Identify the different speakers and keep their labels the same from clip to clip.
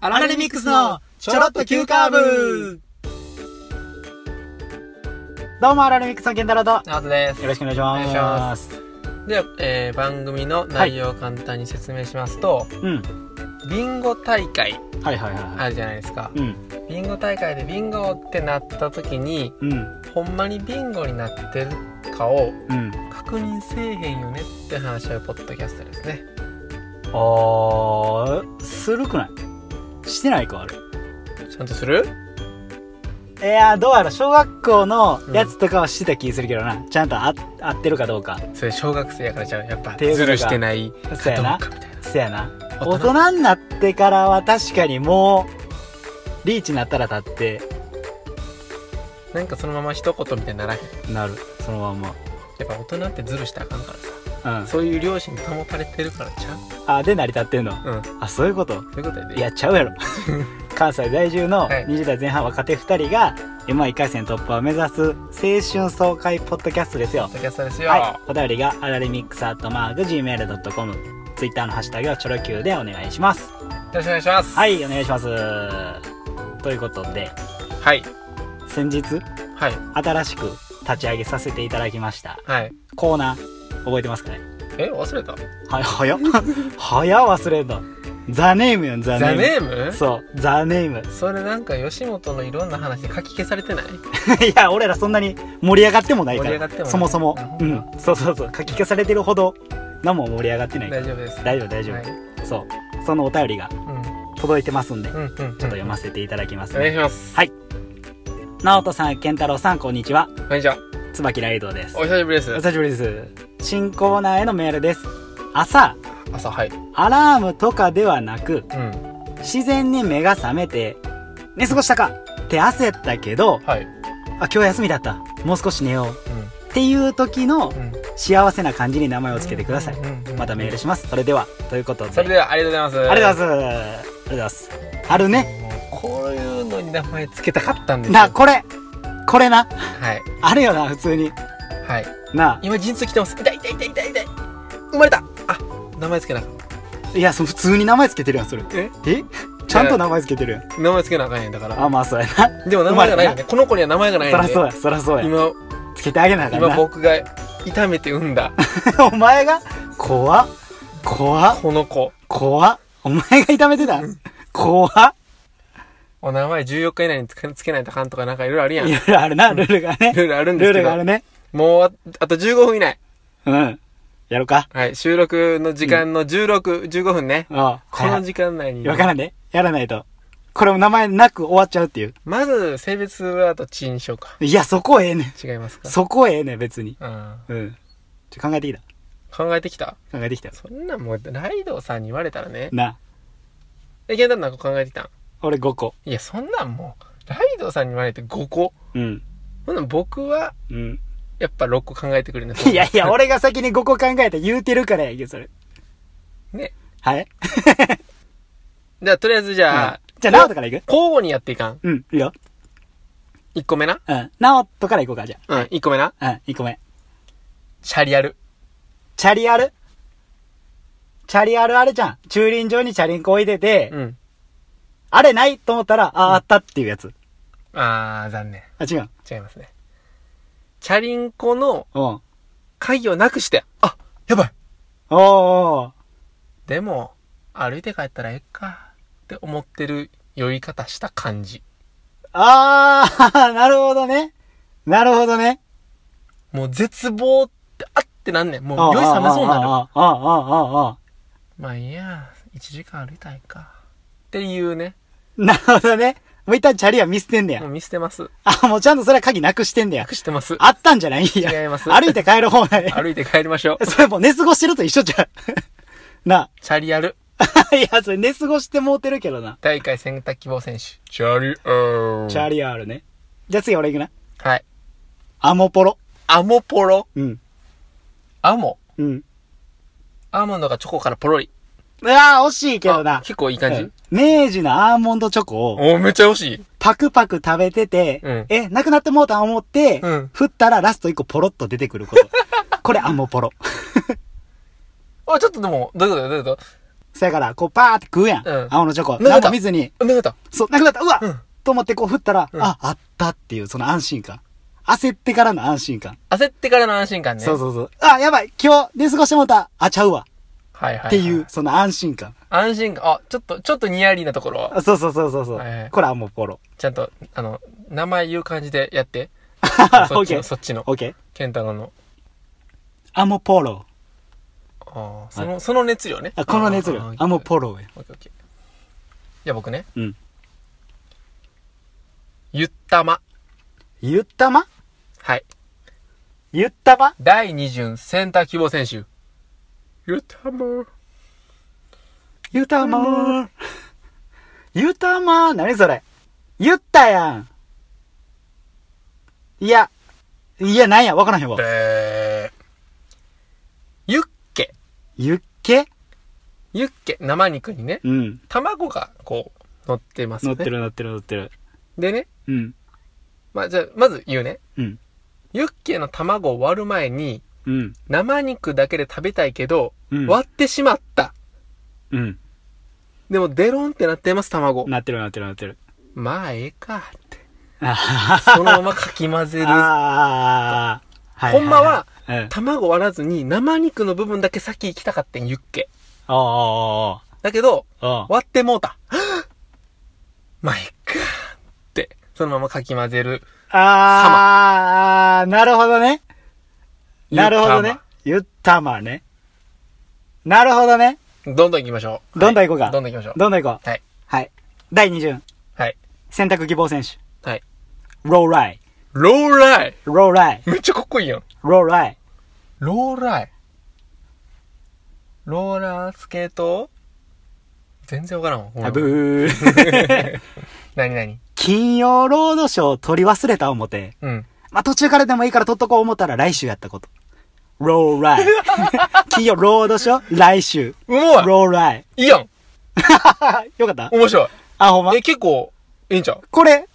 Speaker 1: アラレミックスのちょろっと急カーブ
Speaker 2: どうも、アラレミックスのケンタロウと、よ
Speaker 1: アートです。
Speaker 2: ろしくお願いします。
Speaker 1: お願いでは、えー番組の内容を簡単に説明しますと、
Speaker 2: うん。
Speaker 1: ビンゴ大会
Speaker 2: はいはいはいは
Speaker 1: あ
Speaker 2: い。
Speaker 1: るじゃないですか。
Speaker 2: うん。
Speaker 1: ビンゴ大会でビンゴってなった時に、
Speaker 2: うん。
Speaker 1: ほんまにビンゴになってるかを
Speaker 2: うん。
Speaker 1: 確認せえへんよねって話はポッドキャストですね。
Speaker 2: あー、するくないしてないか、あれ。
Speaker 1: ちゃんとする
Speaker 2: いやー、どうやろ、小学校のやつとかはしてた気するけどな。ちゃんとあ合ってるかどうか。
Speaker 1: それ小学生やからじゃあやっぱ
Speaker 2: 手振りが
Speaker 1: ズルしてないかどう
Speaker 2: そうやな
Speaker 1: かみたい
Speaker 2: せやな。
Speaker 1: な。
Speaker 2: 大人になってからは確かにもう、リーチになったら立って、
Speaker 1: なんかそのまま一言みたいにならへん。
Speaker 2: なる。そのまんま。
Speaker 1: やっぱ大人ってズルしたらあかんからさ。
Speaker 2: うん。
Speaker 1: そういう両親に保たれてるからちゃ
Speaker 2: あ、で成り立ってんの。
Speaker 1: ううん。
Speaker 2: あ、そういうこと。
Speaker 1: ということで、
Speaker 2: いやっちゃうや ろ関西在住の
Speaker 1: はい
Speaker 2: 20代前半若手2人が m 1 1回戦突破を目指す青春爽快ポッドキャストですよ
Speaker 1: ポッドキャストですよ。
Speaker 2: はいお便りがあられミックスアットマーク Gmail.com ツイッターのハッシュタグはチョロ Q でお願いします
Speaker 1: よろしくお願いします。
Speaker 2: は。いお願いしますということで
Speaker 1: はい。
Speaker 2: 先日
Speaker 1: はい。
Speaker 2: 新しく立ち上げさせていただきました
Speaker 1: はい。
Speaker 2: コーナー覚えてますかね
Speaker 1: え、忘れた
Speaker 2: は 早っ早っ忘れんのザネームやんザネ
Speaker 1: ザ
Speaker 2: ーム
Speaker 1: ネーム
Speaker 2: そうザネーム
Speaker 1: それなんか吉本のいろんな話で書き消されてな い
Speaker 2: いや、俺らそんなに盛り上がってもないから。
Speaker 1: 盛り上がってもない
Speaker 2: そもそも
Speaker 1: なる。ほ
Speaker 2: う
Speaker 1: ど
Speaker 2: ん。そうそうそう。書き消されてるほど、何も盛り上がってないから。
Speaker 1: 大丈夫です。
Speaker 2: 大丈夫、大丈夫、
Speaker 1: はい
Speaker 2: そう。そのお便りが届いてますんで、ちょっ
Speaker 1: うん。うん。うん。
Speaker 2: と読ませていただきます、
Speaker 1: お願い
Speaker 2: ね。
Speaker 1: します。
Speaker 2: はい直人さん、健太郎さん、こんにちは。
Speaker 1: こんにちは。
Speaker 2: 椿ライドウです
Speaker 1: お。久しぶりです
Speaker 2: お。久しぶりです。新コーナーへのメールです。朝、
Speaker 1: 朝、はい。
Speaker 2: アラームとかではなく、
Speaker 1: うん。
Speaker 2: 自然に目が覚めて、寝過ごしたかって焦ったけど、
Speaker 1: はい。
Speaker 2: あ、今日休みだった。もう少し寝よう。っていう時の
Speaker 1: うん。うん。
Speaker 2: 幸せな感じに名前をつけてください。
Speaker 1: うん。うん
Speaker 2: またメール。します。それでは、ということで。
Speaker 1: それでは、ありがとうございます。
Speaker 2: ありがとうございます。ありがとうございます。あるね。
Speaker 1: もうこういうのに名前つけたかったんですよ。
Speaker 2: な、これ。これな。
Speaker 1: はい。
Speaker 2: あるよな、普通に。
Speaker 1: はい。
Speaker 2: な
Speaker 1: 今、陣痛来てます。痛い痛い痛い痛い痛い。生まれたあ、名前つけなあかん。
Speaker 2: あ。いや、その普通に名前つけてるやん、それ。
Speaker 1: え
Speaker 2: えちゃんと名前つけてるやん。
Speaker 1: 名前つけなあかんやんだから。
Speaker 2: あ、まあ、そうやな。
Speaker 1: でも名前がないよね。この子には名前がない
Speaker 2: そ
Speaker 1: よ
Speaker 2: ら
Speaker 1: ね。
Speaker 2: そうや、そらそうや。
Speaker 1: 今、
Speaker 2: つけてあげなあかん
Speaker 1: 今
Speaker 2: な。
Speaker 1: 僕が痛めて産んだ、
Speaker 2: お前が、怖っ。怖っ。
Speaker 1: この子。
Speaker 2: 怖っ。お前が痛めてた怖っ。
Speaker 1: お名前14日以内につけつけないとあかんとかなんかいろいろあるやん。
Speaker 2: い
Speaker 1: ル
Speaker 2: ろいろあるな、ルールがね。
Speaker 1: ールあるんで
Speaker 2: ルー
Speaker 1: すけ
Speaker 2: ル
Speaker 1: ど
Speaker 2: があ。るね。
Speaker 1: もうあ、あと15分以内。
Speaker 2: うん。やろうか。
Speaker 1: はい、収録の時間の16、15分ね。
Speaker 2: あ
Speaker 1: この時間内に。
Speaker 2: わからんで。やらないと。これも名前なく終わっちゃうっていう。
Speaker 1: まず、性別はあと地にしようか。
Speaker 2: いや、そこええねん。
Speaker 1: 違いますか
Speaker 2: そこええねん、別に。
Speaker 1: うん。
Speaker 2: うん。ちょ、考えてきた。
Speaker 1: 考えてきた
Speaker 2: 考えてきたよ。
Speaker 1: そんなんもう、ライドウさんに言われたらね。
Speaker 2: な、
Speaker 1: え、ケンタなんか考えてきたん
Speaker 2: 俺5個。
Speaker 1: いや、そんなんもう、ライドウさんに言われて5個。
Speaker 2: うん。
Speaker 1: ほんなん僕は、
Speaker 2: うん。
Speaker 1: やっぱ6個考えてくるね。
Speaker 2: いやいや、俺が先に5個考えて言うてるからやけど、それ。
Speaker 1: ね。
Speaker 2: はい
Speaker 1: じゃあ、とりあえずじゃあ、
Speaker 2: じゃあ、ナオトからいく
Speaker 1: 交互にやっていかん。
Speaker 2: うん、いいよ。
Speaker 1: 1個目な。
Speaker 2: うん。ナオトからいこうか、じゃ
Speaker 1: うん、1個目な。
Speaker 2: あ。うん、1個目。
Speaker 1: シャリアル。
Speaker 2: チャリアルチャリアルあれじゃん。駐輪場にチャリンコ置いてて、
Speaker 1: うん。
Speaker 2: あれないと思ったら、あ、あったっていうやつ。
Speaker 1: あー、残念。
Speaker 2: あ、違う。
Speaker 1: 違いますね。チャリンコの
Speaker 2: うん。おー
Speaker 1: 鍵をなくして、あ、やばい。
Speaker 2: おー
Speaker 1: でも、歩いて帰ったらええか。って思ってる酔い方した感じ。
Speaker 2: あー、 なるほどね。なるほどね。
Speaker 1: もう絶望って、あってなんねん。も
Speaker 2: あ
Speaker 1: う酔い冷めそうになる。
Speaker 2: あああああああ
Speaker 1: まあいいや、1時間歩いたいか。っていうね。
Speaker 2: なるほどね。もう一旦チャリは見捨てんね
Speaker 1: も
Speaker 2: や
Speaker 1: う。見捨てます。
Speaker 2: あ、もうちゃんとそれは鍵なくしてんね
Speaker 1: な
Speaker 2: や。
Speaker 1: くしてます。
Speaker 2: あったんじゃないいや。
Speaker 1: 違います
Speaker 2: 歩いて帰る方なんや。
Speaker 1: 歩いて帰りましょ う。
Speaker 2: それもう寝過ごしてると一緒じゃん。 な
Speaker 1: チャリアル。
Speaker 2: あ。いや、それ寝過ごしてもうてるけどな。
Speaker 1: 大会選択希望選手。チャリアル。
Speaker 2: チャリアールね。じゃあ次俺行くな。
Speaker 1: はい。
Speaker 2: アモポロ。
Speaker 1: アモポロ。
Speaker 2: うん。
Speaker 1: アモ。
Speaker 2: うん。
Speaker 1: アーモンドがチョコからポロリ。
Speaker 2: うわー、惜しいけど
Speaker 1: あ
Speaker 2: な。
Speaker 1: 結構いい感じ。
Speaker 2: うん明治のアーモンドチョコを
Speaker 1: おめっちゃ欲しい。
Speaker 2: パクパク食べてて、
Speaker 1: うん
Speaker 2: え、なくなってもうた思って、
Speaker 1: うん
Speaker 2: 振ったらラスト一個ポロッと出てく ること。これアモポロ。
Speaker 1: あ、ちょっとでも、どういうことどういうこと
Speaker 2: そやから、こう、パーって食うやん。
Speaker 1: うん
Speaker 2: 青のチョコ。
Speaker 1: なくな
Speaker 2: な
Speaker 1: った
Speaker 2: んか見ずに、
Speaker 1: なくなった。
Speaker 2: そう、なくなった、うわ、
Speaker 1: うん
Speaker 2: と思ってこう振ったら、
Speaker 1: うん
Speaker 2: あ、あったっていう、その安心感。焦ってからの安心感。
Speaker 1: 焦ってからの安心感ね。
Speaker 2: そうそうそう。あ、やばい今日、出過ごしてもうたあ、ちゃうわ
Speaker 1: はいはい、はい。
Speaker 2: っていう、。その安心感。
Speaker 1: 安心感。あ、ちょっと、ちょっとニヤリなところ。
Speaker 2: あそうそうそうそう。そう
Speaker 1: はいはい
Speaker 2: これはもうポロ。
Speaker 1: ちゃんと、あの、名前言う感じでや って。
Speaker 2: オ
Speaker 1: そっ
Speaker 2: ッ
Speaker 1: ち
Speaker 2: ケ
Speaker 1: の、
Speaker 2: ー。
Speaker 1: そっちの。
Speaker 2: オッケー。
Speaker 1: ケンタロウの。
Speaker 2: アモポロ。
Speaker 1: ああ、その、その熱量ね。
Speaker 2: あ、この熱量
Speaker 1: あー。
Speaker 2: アモ。
Speaker 1: オッ
Speaker 2: ポロや。
Speaker 1: ケーオッケーじゃあ僕ね。
Speaker 2: うん。
Speaker 1: ゆったま。
Speaker 2: ゆったま
Speaker 1: はい。
Speaker 2: ゆったま
Speaker 1: 第2巡センター希望選手。ゆったま。
Speaker 2: ゆたまー。ゆたまー。何それ。ゆったやん。いや。いや、なんや、わからへんわ。
Speaker 1: べー。ユッケ。
Speaker 2: ゆっけ
Speaker 1: ユッケ。生肉にね、
Speaker 2: うん。
Speaker 1: 卵がこう、乗ってます
Speaker 2: 乗
Speaker 1: よ
Speaker 2: っ
Speaker 1: ね。
Speaker 2: てる乗ってる乗ってる。
Speaker 1: でね、
Speaker 2: うん。
Speaker 1: まあ、じゃあ、まず言うね。
Speaker 2: うん。
Speaker 1: ユッケの卵を割る前に、
Speaker 2: うん。
Speaker 1: 生肉だけで食べたいけど、
Speaker 2: うん
Speaker 1: 割ってしまった。
Speaker 2: うん。
Speaker 1: でも、デロンってなってます、卵。
Speaker 2: なってるなってるなってる。
Speaker 1: まあ、ええか、って。
Speaker 2: あはは。
Speaker 1: そのままかき 混ぜる。
Speaker 2: あーいいい
Speaker 1: ほんまは、
Speaker 2: うん。
Speaker 1: 卵割らずに、生肉の部分だけ先行きたかってん、ユッケ。
Speaker 2: おー
Speaker 1: だけど、
Speaker 2: おーおーおー。
Speaker 1: 割ってもうた。 まあ、ええか、って。そのままかき混ぜる。
Speaker 2: あー、なるほどね。なるほどね。ゆったまね。なるほどね。
Speaker 1: どんどん行きましょう。
Speaker 2: どんどん行こうか
Speaker 1: はいどんどん行きましょ
Speaker 2: どんどん行こう。
Speaker 1: う。はい。
Speaker 2: はい。第2巡。
Speaker 1: はい。
Speaker 2: 選択希望選手。
Speaker 1: はい。
Speaker 2: ローライ。
Speaker 1: ローライ
Speaker 2: ローライ。
Speaker 1: めっちゃかっこいいやん。
Speaker 2: ローライ。
Speaker 1: ローライローラースケート全然わからんわ。
Speaker 2: あ
Speaker 1: ごめん
Speaker 2: ブー。
Speaker 1: 何何
Speaker 2: 金曜ロードショー取り忘れた思て。
Speaker 1: うん。
Speaker 2: まあ、途中からでもいいから取っとこう思ったら来週やったこと。ロー ライ。金曜ロードショー来週。
Speaker 1: うまい
Speaker 2: ローライ。
Speaker 1: いいやん
Speaker 2: よかった
Speaker 1: 面白い
Speaker 2: あ、ほんま
Speaker 1: え、。結構、いいんちゃう
Speaker 2: これ、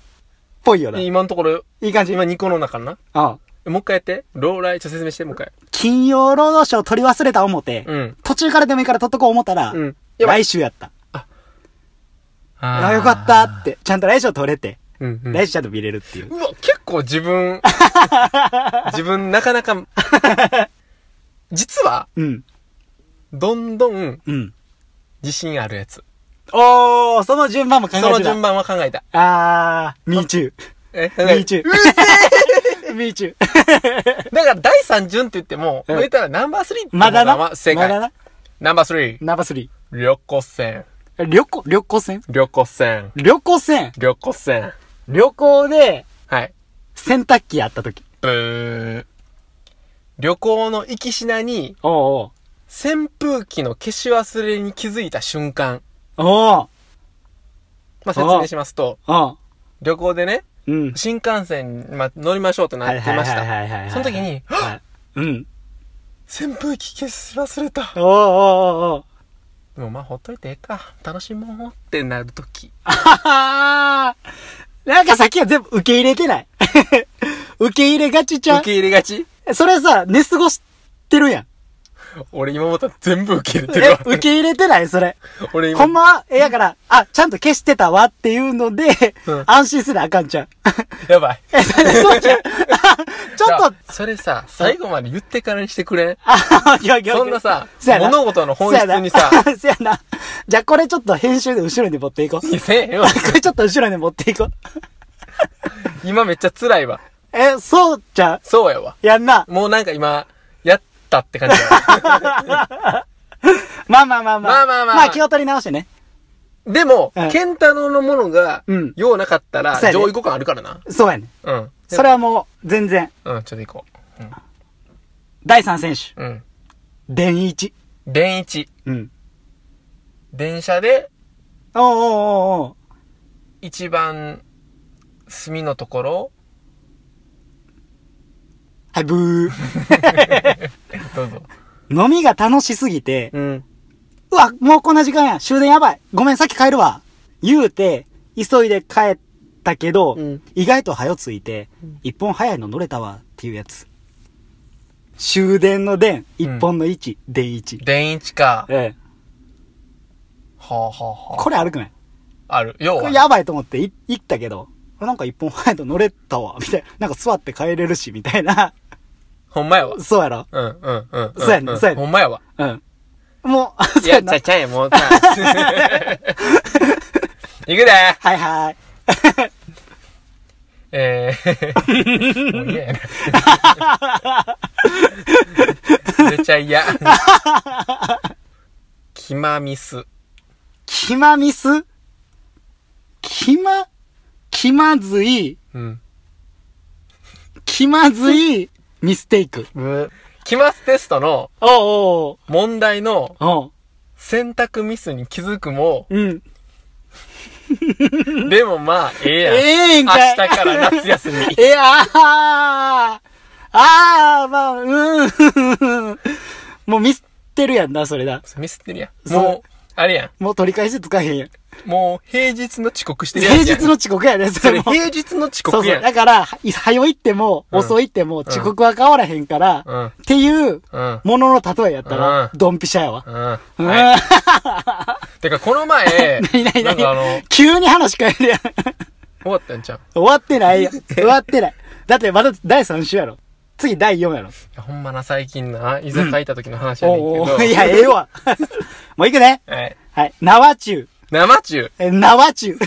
Speaker 2: ぽいよな。い
Speaker 1: 今のところ、
Speaker 2: い感じ。
Speaker 1: 今2個の中かな
Speaker 2: うん。
Speaker 1: えもう一回やって。ローライ、ちょっと説明して、もう一回。
Speaker 2: 金曜ロードショー取り忘れた思て。
Speaker 1: うん。
Speaker 2: 途中からでもいいから取っとこう思ったら。
Speaker 1: うん。やばい。
Speaker 2: 来週やった。
Speaker 1: あ
Speaker 2: あ、よかったって。ちゃんと来週取れて。
Speaker 1: ー。うん、うん。
Speaker 2: 来週ちゃんと見れるっていう。
Speaker 1: うわ、結構 自分、自分なかなか、実は、
Speaker 2: うん。
Speaker 1: どんどん
Speaker 2: うん。
Speaker 1: 自信あるやつ。
Speaker 2: おー、その順番も考え
Speaker 1: そ
Speaker 2: てた。
Speaker 1: の順番は考えた。
Speaker 2: あー、me too.
Speaker 1: え、考え
Speaker 2: me
Speaker 1: た
Speaker 2: too. me too.
Speaker 1: だから第3順って言っても、
Speaker 2: うん
Speaker 1: 言ったらナンバー3
Speaker 2: まだな。ま
Speaker 1: 正解。
Speaker 2: だな。
Speaker 1: ナンバー3、
Speaker 2: ナンバー
Speaker 1: 旅行船、
Speaker 2: 3。旅行、旅行船
Speaker 1: 旅行船、
Speaker 2: 旅行船
Speaker 1: 旅行船。
Speaker 2: 旅行で
Speaker 1: はい。
Speaker 2: 洗濯機やった時。
Speaker 1: ブー。旅行の行きしなに、
Speaker 2: おー
Speaker 1: 扇風機の消し忘れに気づいた瞬間。
Speaker 2: おー。お
Speaker 1: まあ、説明しますと、
Speaker 2: ー。おー。
Speaker 1: 旅行でね、
Speaker 2: うん。
Speaker 1: 新幹線に、まあ、乗りましょうとなってまし
Speaker 2: はいはいはいはいはいは
Speaker 1: た。
Speaker 2: い
Speaker 1: その時 に、
Speaker 2: はいうん。
Speaker 1: 扇風機消し忘れた
Speaker 2: おー。おーおーおー。
Speaker 1: でもまあ、ほっといてええか。楽しもうってなる時。
Speaker 2: ははーなんかさっきは全部受け入れてない。 受け入れがちちゃ
Speaker 1: 受け入れがち
Speaker 2: うそれさ、寝過ごしてるやん。
Speaker 1: 俺今また全部受け入れてる
Speaker 2: え
Speaker 1: わ、。
Speaker 2: 受け入れてないそれ。
Speaker 1: 俺今
Speaker 2: ほんまは、え、やから、あ、ちゃんと消してたわっていうので、
Speaker 1: うん
Speaker 2: 安心すなあかん ちゃう。
Speaker 1: やばい。
Speaker 2: え、それそう じゃん。ち
Speaker 1: じゃ
Speaker 2: ょっ
Speaker 1: あ
Speaker 2: と、
Speaker 1: それさ、最後まで言ってからにしてくれん
Speaker 2: あ、いやいやいや
Speaker 1: そんなさ、
Speaker 2: そやな
Speaker 1: 物事の本質にさ、
Speaker 2: そやなそやな。じゃあこれちょっと編集で後ろに持っていこう。 こ
Speaker 1: いやせえへんわ。
Speaker 2: れちょっと後ろに持っていこう。
Speaker 1: 今めっちゃ辛いわ。
Speaker 2: え、そうじゃ
Speaker 1: そうやわ。
Speaker 2: うやんな。
Speaker 1: もうなんか今、やったって感じやわ
Speaker 2: まあまあまあまあ。
Speaker 1: まあまあまあ
Speaker 2: まあ気を取り直してね。
Speaker 1: でも
Speaker 2: うん、
Speaker 1: ケンタロウのものが
Speaker 2: うん、
Speaker 1: ようなかったら
Speaker 2: そう、やね
Speaker 1: 上位互換あるからな。
Speaker 2: そうやね。
Speaker 1: うん。
Speaker 2: それはもう、全然。
Speaker 1: うん、ちょっと行こ
Speaker 2: 第3選手。
Speaker 1: う。うん。
Speaker 2: 電一。
Speaker 1: 電一。
Speaker 2: うん。
Speaker 1: 電車で、
Speaker 2: おうおうおうおう
Speaker 1: 一番、隅のところ、
Speaker 2: はい、ブー。
Speaker 1: どうぞ。
Speaker 2: 飲みが楽しすぎて、
Speaker 1: うん。
Speaker 2: うわ、もうこんな時間や。終電やばい。ごめん、さっき帰るわ。言うて、急いで帰ったけど、
Speaker 1: うん
Speaker 2: 意外と早ついて、一本早いの乗れたわ、っていうやつ。終電の電、一本の一、電一。
Speaker 1: 電一か。
Speaker 2: ええ。
Speaker 1: はあ、はあは
Speaker 2: これ歩くない
Speaker 1: あ、ある。よ
Speaker 2: こ
Speaker 1: うあ
Speaker 2: れ
Speaker 1: る
Speaker 2: やばいと思ってい行ったけど、あなんか一本前と乗れたわ、みたいな。なんか座って帰れるし、みたいな。
Speaker 1: ほんまやわ。
Speaker 2: そうやろ
Speaker 1: うん、うん、うん。
Speaker 2: そうやね
Speaker 1: ん
Speaker 2: そうやね
Speaker 1: ほんまやわ。
Speaker 2: うん。もう、そ
Speaker 1: い
Speaker 2: う
Speaker 1: や、
Speaker 2: や
Speaker 1: ち
Speaker 2: な
Speaker 1: ゃ。ちゃえ、もうさ。いくで
Speaker 2: はいはい。
Speaker 1: えー。もう嫌やな。めち ゃ嫌。キマミス。
Speaker 2: 気まみす気ま、気まずい、
Speaker 1: うん。
Speaker 2: 気まずいミステイク。
Speaker 1: キマステストの
Speaker 2: おう
Speaker 1: 問題の
Speaker 2: おうおう
Speaker 1: 選択ミスに気づくも、
Speaker 2: うん。
Speaker 1: でもまあ、ええやん。
Speaker 2: ええん
Speaker 1: 明
Speaker 2: かい
Speaker 1: 日から夏休み。
Speaker 2: え、ああああまあ、うん。 もうミスってるやんな、それだ。
Speaker 1: ミスってるやん。
Speaker 2: そう
Speaker 1: もう、あれや
Speaker 2: もう取り返しつかへんやん。
Speaker 1: ん。もう平日の遅刻してるや
Speaker 2: 平
Speaker 1: ん。
Speaker 2: 日の遅刻やね、そ
Speaker 1: そ
Speaker 2: れ
Speaker 1: れ
Speaker 2: も。
Speaker 1: 平日の遅
Speaker 2: そうそ
Speaker 1: 刻や
Speaker 2: う。
Speaker 1: ん。
Speaker 2: だから、はい早いっても、
Speaker 1: うん
Speaker 2: 遅いっても、遅刻は変わらへんから、
Speaker 1: うん
Speaker 2: っていう、
Speaker 1: うん。
Speaker 2: ものの例えやったら、
Speaker 1: うん
Speaker 2: ドンピシャやわ。
Speaker 1: う。
Speaker 2: うんん、
Speaker 1: はい。てか、この前
Speaker 2: 何
Speaker 1: なん
Speaker 2: 何
Speaker 1: かあの
Speaker 2: 何、急に話変えるやん。
Speaker 1: 終わったんちゃうい
Speaker 2: 終わって ないよ。終わってない。だってまだ第3週やろ。次第4やろ。
Speaker 1: やほんまな、最近な、居酒屋行った時の話やねんけ
Speaker 2: お
Speaker 1: ど。
Speaker 2: うおういや、ええわ。 もう行くね。
Speaker 1: はい。
Speaker 2: はい。縄中。
Speaker 1: 生中。
Speaker 2: え、縄 中。い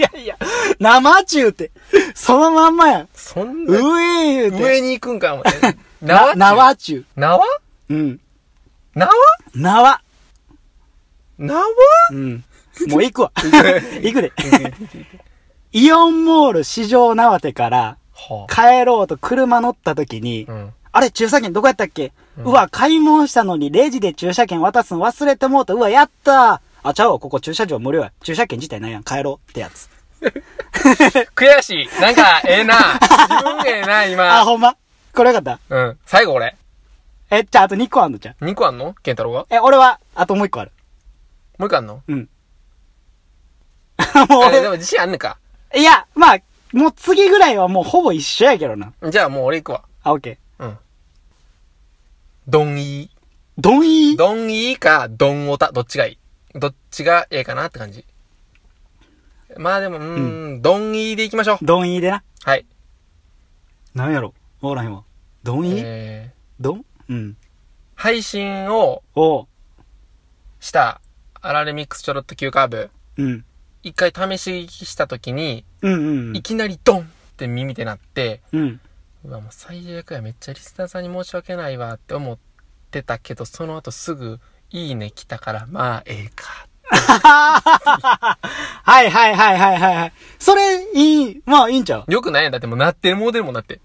Speaker 2: やいや、生中って、そのまんまやん。
Speaker 1: そんな、
Speaker 2: うえー言うて。
Speaker 1: 上に行くんかもね。
Speaker 2: な
Speaker 1: 縄中。
Speaker 2: 縄中。
Speaker 1: 縄
Speaker 2: うん。
Speaker 1: 縄
Speaker 2: 縄。
Speaker 1: 縄
Speaker 2: うん。もう行く わ。行くで。イオンモール市場縄手から
Speaker 1: はあ。
Speaker 2: 帰ろうと車乗った時に
Speaker 1: う、ん。
Speaker 2: あれ、駐車券どこやったっけ、うわ、買い物したのにレジで駐車券渡すの忘れてもうた。うわ、やったーあ、ちゃうわ、ここ駐車場無料や。駐車券自体ないやん。帰ろうってやつ。
Speaker 1: 悔しい。なんか、ええな。自分がええな、
Speaker 2: あ、
Speaker 1: 今。
Speaker 2: ほんま。これよかった。
Speaker 1: うん。最後俺。
Speaker 2: え、じゃあ、あと2個あんのじゃん。
Speaker 1: 2個あんの健太郎が
Speaker 2: え、俺は、あともう1個ある。
Speaker 1: もう1個あんの
Speaker 2: うん。 もう
Speaker 1: あでも
Speaker 2: 俺、
Speaker 1: 自信あんのか。
Speaker 2: いや、まあ、もう次ぐらいはもうほぼ一緒やけどな。
Speaker 1: じゃあもう俺行くわ。
Speaker 2: あ、オッケー。
Speaker 1: うん。ドンイ
Speaker 2: ドンイ
Speaker 1: ー。
Speaker 2: ー。
Speaker 1: ドンイーか、ドンオタ。どっちがいいどっちがええかなって感じ。まあでも、うーん、ドンイーで行きましょう。
Speaker 2: ドンイーでな。
Speaker 1: はい。
Speaker 2: なんやろ。わからへんわ。ドンイー
Speaker 1: えー、
Speaker 2: ドンうん。
Speaker 1: 配信を
Speaker 2: おう。
Speaker 1: した、アラレミックスちょろっと急カーブ、
Speaker 2: うん。
Speaker 1: 一回試し聞きした時に、
Speaker 2: うんうん
Speaker 1: いきなりドンって耳でなって、
Speaker 2: うん。うん。
Speaker 1: うわ、もう最悪や、めっちゃリスナーさんに申し訳ないわって思ってたけど、その後すぐ、いいね来たから、まあ、ええか。
Speaker 2: はいはいはいはいはいはい。それ、いい、まあいいんちゃ
Speaker 1: よくないやん。だってもうなってるモデルもなって。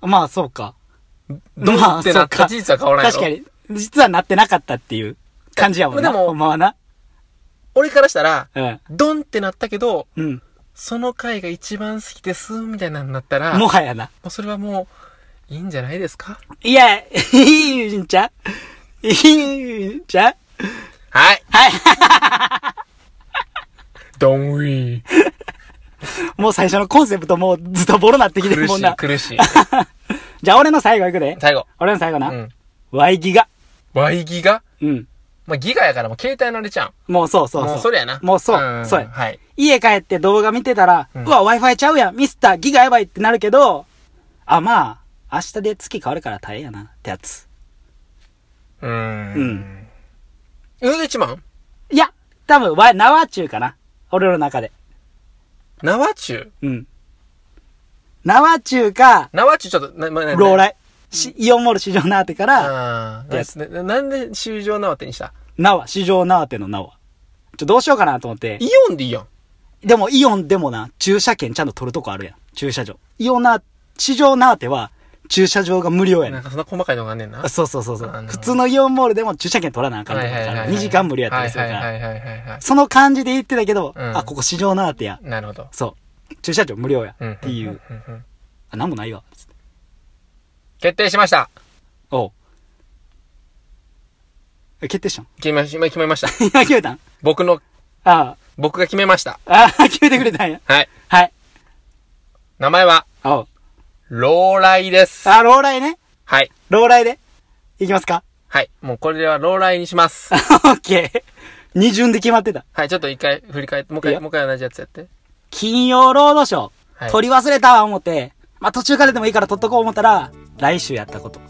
Speaker 2: うまあそうか。
Speaker 1: ドン
Speaker 2: まあ
Speaker 1: ってなっ
Speaker 2: そ
Speaker 1: た
Speaker 2: うか
Speaker 1: 事実は変わらない
Speaker 2: 確
Speaker 1: の。
Speaker 2: かに、実はなってなかったっていう感じやもんな。
Speaker 1: でも
Speaker 2: ほんまはな。
Speaker 1: 俺からしたら、
Speaker 2: うん。
Speaker 1: ドンってなったけど、
Speaker 2: うん。
Speaker 1: その回が一番好きです、みたいなのになったら、
Speaker 2: も
Speaker 1: も
Speaker 2: はやな。
Speaker 1: うそれはもう、いいんじゃないですか
Speaker 2: いや、いいんちゃういいんちゃう
Speaker 1: はい。
Speaker 2: はい。
Speaker 1: ドンウィー。
Speaker 2: もう最初のコンセプトもうずっとボロなってきてる
Speaker 1: 苦
Speaker 2: もん
Speaker 1: し、。
Speaker 2: ない
Speaker 1: 苦しい。
Speaker 2: じゃあ俺の最後いくで。
Speaker 1: 最後。
Speaker 2: 俺の最後
Speaker 1: う
Speaker 2: な。
Speaker 1: ん。
Speaker 2: Y ギガ。
Speaker 1: Y ギガ
Speaker 2: うん。
Speaker 1: まあ、ギガやからもう携帯のれちゃ。
Speaker 2: もうそうそうう
Speaker 1: も
Speaker 2: そうう。
Speaker 1: それやな。
Speaker 2: もうそう。
Speaker 1: ん
Speaker 2: そうや。
Speaker 1: はい。
Speaker 2: 家帰って動画見てたら、う
Speaker 1: うん
Speaker 2: わ、Wi-Fi ちゃうやん、ミスター、ギガやばいってなるけど、あ、まあ、明日で月変わるから大変やな、ってやつ。
Speaker 1: うー。
Speaker 2: うん
Speaker 1: うん。う一番
Speaker 2: いや、多分、わ、縄中かな。俺の中で。
Speaker 1: 縄中
Speaker 2: うん。縄中か、
Speaker 1: 縄中ちょっと、な、ま、な、
Speaker 2: ローライ。し、イオンモール市場縄手から、
Speaker 1: あ
Speaker 2: で
Speaker 1: あ。ななんで終場縄手にした
Speaker 2: 縄、市場縄手の縄。ちょ、どうしようかなと思って
Speaker 1: イ。オンでいいやん。
Speaker 2: でも、イオンでもな、駐車券ちゃんと取るとこあるやん。駐車場。イオンな、市場縄手は、駐車場が無料やね
Speaker 1: なん
Speaker 2: ん。
Speaker 1: かそんな細かいのがあんねんな。
Speaker 2: そうそうそうそ
Speaker 1: あ
Speaker 2: う。
Speaker 1: の
Speaker 2: 普通のイオンモールでも駐車券取らなあかんと
Speaker 1: は
Speaker 2: か
Speaker 1: いはいはい
Speaker 2: あ
Speaker 1: はい
Speaker 2: る2時間無理やったりするか
Speaker 1: は
Speaker 2: ら。
Speaker 1: いはいはいはいはい。
Speaker 2: その感じで言ってたけど、
Speaker 1: うん
Speaker 2: あ、ここ市場なってや。
Speaker 1: なるほど。
Speaker 2: そう。駐車場無料や。
Speaker 1: うん
Speaker 2: っていう。。
Speaker 1: んうんうん
Speaker 2: あ、なんもないわ。つって
Speaker 1: 決定しました。
Speaker 2: おう。え決定したん
Speaker 1: 決めまし、決めました。
Speaker 2: いや決めたん
Speaker 1: 僕の、
Speaker 2: あ
Speaker 1: 僕が決めました。
Speaker 2: あ、あ、決めてくれたんや。
Speaker 1: はい。
Speaker 2: はい。
Speaker 1: 名前は、
Speaker 2: おう。
Speaker 1: ローライです。
Speaker 2: あ、老来ね。
Speaker 1: はい。
Speaker 2: 老来で。いきますか
Speaker 1: はい。もうこれではローライにします
Speaker 2: オ。ッケー。 二巡で決まってた。
Speaker 1: はい、ちょっと一回振り返って、もう一
Speaker 2: いい
Speaker 1: 回、
Speaker 2: よ
Speaker 1: もう一回同じやつやって。
Speaker 2: 金曜ロードショー。
Speaker 1: はい。
Speaker 2: 取り忘れたわ、思って。まあ、途中からでもいいから取っとこう思ったら、来週やったこと。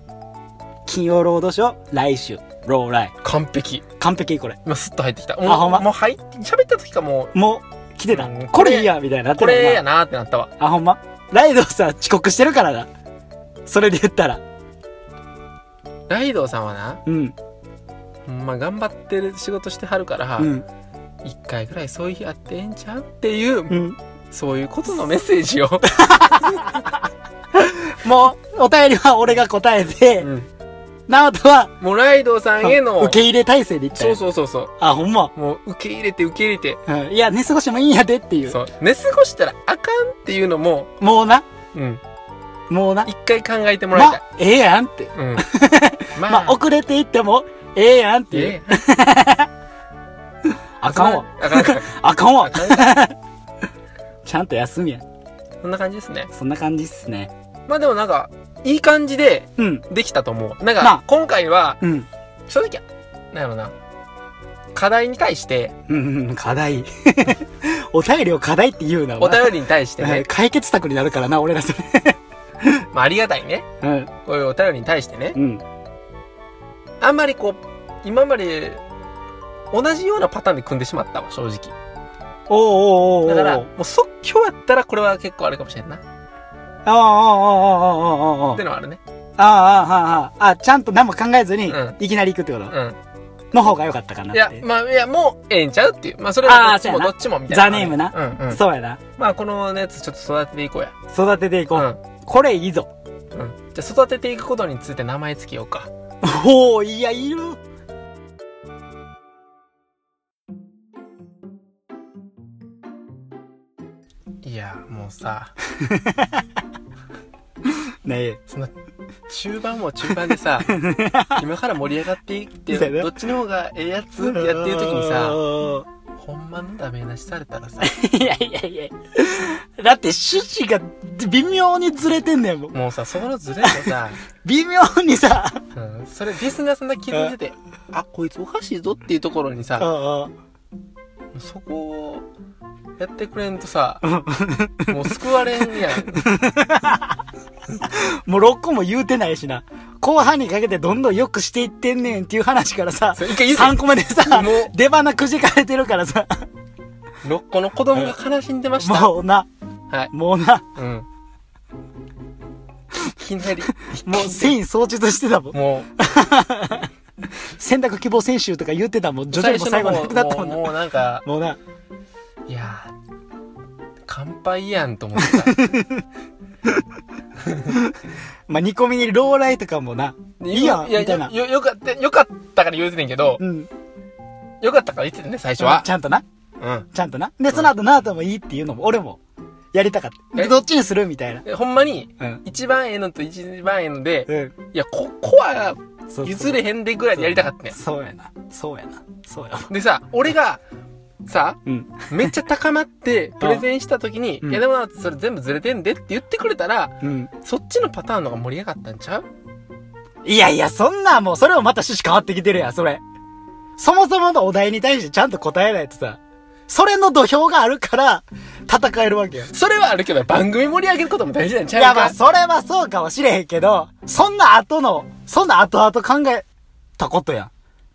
Speaker 2: 金曜ロードショー、来週、ローライ。
Speaker 1: 完璧。
Speaker 2: 完璧、これ。
Speaker 1: 今スッと入ってきた。もう、
Speaker 2: あほんま
Speaker 1: もう入って、喋った時かも
Speaker 2: もう、来てた。
Speaker 1: うん
Speaker 2: これいいや、みたいになっ
Speaker 1: う、
Speaker 2: て
Speaker 1: こ
Speaker 2: たもんな
Speaker 1: れやなーってなったわ。
Speaker 2: あ、ほんまライドさ、遅刻してるからな。それで言ったら。
Speaker 1: ライドウさんはな、
Speaker 2: うん。
Speaker 1: ほんま頑張ってる仕事してはるから
Speaker 2: う、ん。
Speaker 1: 一、回ぐらいそういう日あってええんちゃうっていう、
Speaker 2: うん。
Speaker 1: そういうことのメッセ ージを。
Speaker 2: もう、お便りは俺が答えて、
Speaker 1: うん
Speaker 2: ナオトは、
Speaker 1: もうライドウさんへの
Speaker 2: 受、け入れ体制で言った
Speaker 1: そう
Speaker 2: よ。
Speaker 1: そうそうそう。
Speaker 2: あ、ほんま。
Speaker 1: もう受け入れて受け入れて、
Speaker 2: うん。いや、寝過ごしてもいいんやでっていう。
Speaker 1: そう、寝過ごしたらあかんっていうのも、
Speaker 2: もうな。
Speaker 1: うん、
Speaker 2: もうな。
Speaker 1: 一回考えてもらい
Speaker 2: ま
Speaker 1: たい。、
Speaker 2: ええやんって。
Speaker 1: うん。ま
Speaker 2: まあ、遅れていっても、ええやんっていう。
Speaker 1: ええ
Speaker 2: あかんわ。。
Speaker 1: あかんあかん
Speaker 2: あかん
Speaker 1: あ
Speaker 2: わ。
Speaker 1: かんあかん
Speaker 2: ちゃんと休みや。
Speaker 1: そんな感じですね。
Speaker 2: そんな感じっすね。
Speaker 1: まあでもなんか、いい感じで
Speaker 2: うん。
Speaker 1: できたと思う。なん
Speaker 2: ま
Speaker 1: か
Speaker 2: あ、
Speaker 1: 今回は、
Speaker 2: うん。
Speaker 1: 正直、なんやろな。課題に対して、
Speaker 2: うん、うん、課題。 お便りを課題って言うな、お
Speaker 1: お
Speaker 2: 前
Speaker 1: 便りに対して
Speaker 2: うん
Speaker 1: ね、
Speaker 2: 解決策になるからな、俺らそれ。
Speaker 1: まあありがたいね。
Speaker 2: うん。
Speaker 1: こういうお便りに対してね
Speaker 2: う。ん。
Speaker 1: あんまりこう、今まで、同じようなパターンで組んでしまったわ、正直。
Speaker 2: おうおうおうおう
Speaker 1: だから、もう即興やったらこれは結構あれかもしれんな。っ
Speaker 2: ああ、ああ、ああ、ああ、ああ、ああ、ああ、
Speaker 1: てのはあるね。
Speaker 2: ああ、ああ、ちゃんと何も考えずに
Speaker 1: うん、
Speaker 2: いきなり行くってこ
Speaker 1: う
Speaker 2: と
Speaker 1: ん。
Speaker 2: の方が良かったかない
Speaker 1: や
Speaker 2: って、。
Speaker 1: まあ、いや、もうええんちゃうっていう。まあ、それはどっち
Speaker 2: あ
Speaker 1: も
Speaker 2: ー
Speaker 1: どっちもみたいな。
Speaker 2: ザネームな。
Speaker 1: うんうん。
Speaker 2: そうやな。
Speaker 1: まあ、このやつちょっと育てていこうや。
Speaker 2: 育てていこ
Speaker 1: う
Speaker 2: う。
Speaker 1: ん。
Speaker 2: これいいぞ。
Speaker 1: うん。じゃあ、育てていくことについて名前つけようか。
Speaker 2: おおいや、いる。
Speaker 1: いや、もうさ、
Speaker 2: ねえ。
Speaker 1: そんな、中盤も中盤 でさ、今から盛り上がっていって、
Speaker 2: そうやな
Speaker 1: どっちの方がええやつってやってる時にさ、
Speaker 2: さ。
Speaker 1: ほんまのダメ出しされ たらさ、
Speaker 2: いやいやいや。だって趣旨が微妙にずれてんねんもん。
Speaker 1: もうさ、そこのズレもさ、
Speaker 2: 微妙にさ。
Speaker 1: うん、それリスナーさんが気づいてて、あ、こいつおかしいぞっていうところにさ、そこをやってくれんとさ、もう救われんやん。
Speaker 2: もう6個も言うてないしな。後半にかけてどんどん良くしていってんねんっていう話からさ、
Speaker 1: それ一回言うて
Speaker 2: 3個目でさ
Speaker 1: もう、
Speaker 2: 出花くじかれてるからさ、
Speaker 1: 6個の子供が悲しんでました。
Speaker 2: もうな、
Speaker 1: はい。
Speaker 2: もうな、
Speaker 1: うん。いきなり。
Speaker 2: もう繊維喪失してたもん。
Speaker 1: もう、
Speaker 2: 選択希望選手とか言ってたもん。徐々にもう最後なくなったもんな。
Speaker 1: もうもうなんか、
Speaker 2: もうな、
Speaker 1: いやー、乾杯やんと思って
Speaker 2: まあ、2個目にローライとかもな、
Speaker 1: た。
Speaker 2: いいやん、
Speaker 1: いや、
Speaker 2: みたい
Speaker 1: よ
Speaker 2: な。
Speaker 1: よよかった、よかったから言うててんけど、
Speaker 2: うん。
Speaker 1: よかったから言っててね、最初は
Speaker 2: ち。ゃんとな、
Speaker 1: うん。
Speaker 2: ちゃんとな。で、その後なあともいいっていうのも、俺も、やりたかった。
Speaker 1: え
Speaker 2: で、どっちにするみたいな。
Speaker 1: でほんまに、
Speaker 2: うん。
Speaker 1: 一番ええのと一番ええので、
Speaker 2: うん。
Speaker 1: いや、ここは
Speaker 2: そうそう
Speaker 1: 譲れへんでぐらいでやりたかったね。
Speaker 2: そうやな。そうやな。そうやわ。
Speaker 1: でさ、俺が、さ、
Speaker 2: うん。
Speaker 1: めっちゃ高まって、プレゼンした時に、
Speaker 2: うん
Speaker 1: いやでもそれ全部ずれてんでって言ってくれたら、
Speaker 2: うん。
Speaker 1: そっちのパターンの方が盛り上がったんちゃう
Speaker 2: いやいや、そんなんもう、それもまた趣旨変わってきてるやん、それ。そもそものお題に対してちゃんと答えないとさ、それの土俵があるから、戦えるわけよ。
Speaker 1: それはあるけど、番組盛り上げることも大事なんち
Speaker 2: い
Speaker 1: ゃ
Speaker 2: や、
Speaker 1: うか
Speaker 2: まあ、それはそうかもしれへんけど、そんな後の、そんな後々考えたことやん。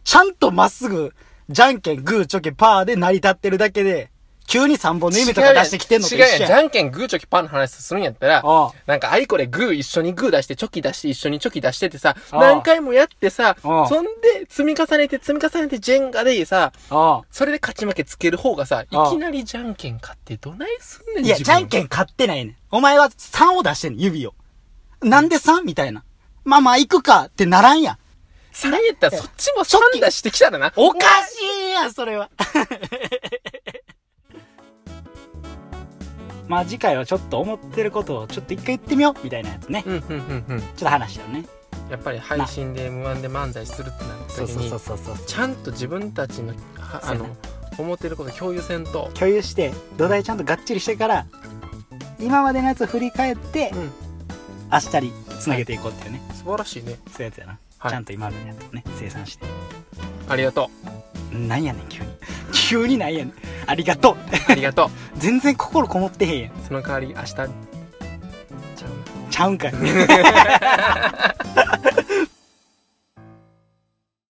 Speaker 2: ちゃんとまっすぐ、じゃんけん、グー、チョキ、パーで成り立ってるだけで、急に3本の
Speaker 1: 違う
Speaker 2: 夢とか出してきてんのと一
Speaker 1: やん違う
Speaker 2: 緒
Speaker 1: やん。じ
Speaker 2: やん。
Speaker 1: ゃんけんグーチョキパーの話するんやったら
Speaker 2: ああ、
Speaker 1: なんかあいこれグー一緒にグー出して、チョキ出して一緒にチョキ出してってさ、
Speaker 2: ああ
Speaker 1: 何回もやってさ、
Speaker 2: ああ
Speaker 1: そんで積み重ねて積み重ねてジェンガでさ、
Speaker 2: ああ
Speaker 1: それで勝ち負けつける方がさ、い
Speaker 2: ああ
Speaker 1: きなりじゃんけん勝ってどないすんねん
Speaker 2: いや、
Speaker 1: 自
Speaker 2: じ
Speaker 1: 分
Speaker 2: ゃんけん勝ってないねん。お前は3を出してんねん、指を。なんで 3? みたいな。まあまあ、行くかってならんやん。
Speaker 1: 3やったらそっちも3出してきたらな。
Speaker 2: おかしいやん、それは。 まあ次回はちょっと思ってることをちょっと一回言ってみようみたいなやつね。ちょ
Speaker 1: うんうんうんうん。
Speaker 2: っと話したよね。
Speaker 1: やっぱり配信で M1 で漫才するってなった時に、
Speaker 2: そうそう。
Speaker 1: ちゃんと自分たちの、はあ
Speaker 2: そうや
Speaker 1: の、思ってること共有せんと。
Speaker 2: 共有して、土台ちゃんとがっちりしてから、今までのやつを振り返って、
Speaker 1: うん。
Speaker 2: 明日につなげていこうっていうね。
Speaker 1: 素晴らしいね。
Speaker 2: そういうやつやな。
Speaker 1: はい
Speaker 2: ちゃんと今までのやつをね、生産して。
Speaker 1: ありがとう。
Speaker 2: うん。なんやねん、急に。 急になんやねん。ありがとうって。
Speaker 1: ありがとう。
Speaker 2: 全然心こもってへんやん。
Speaker 1: その代わり明日ちゃうな
Speaker 2: ちゃうんかい。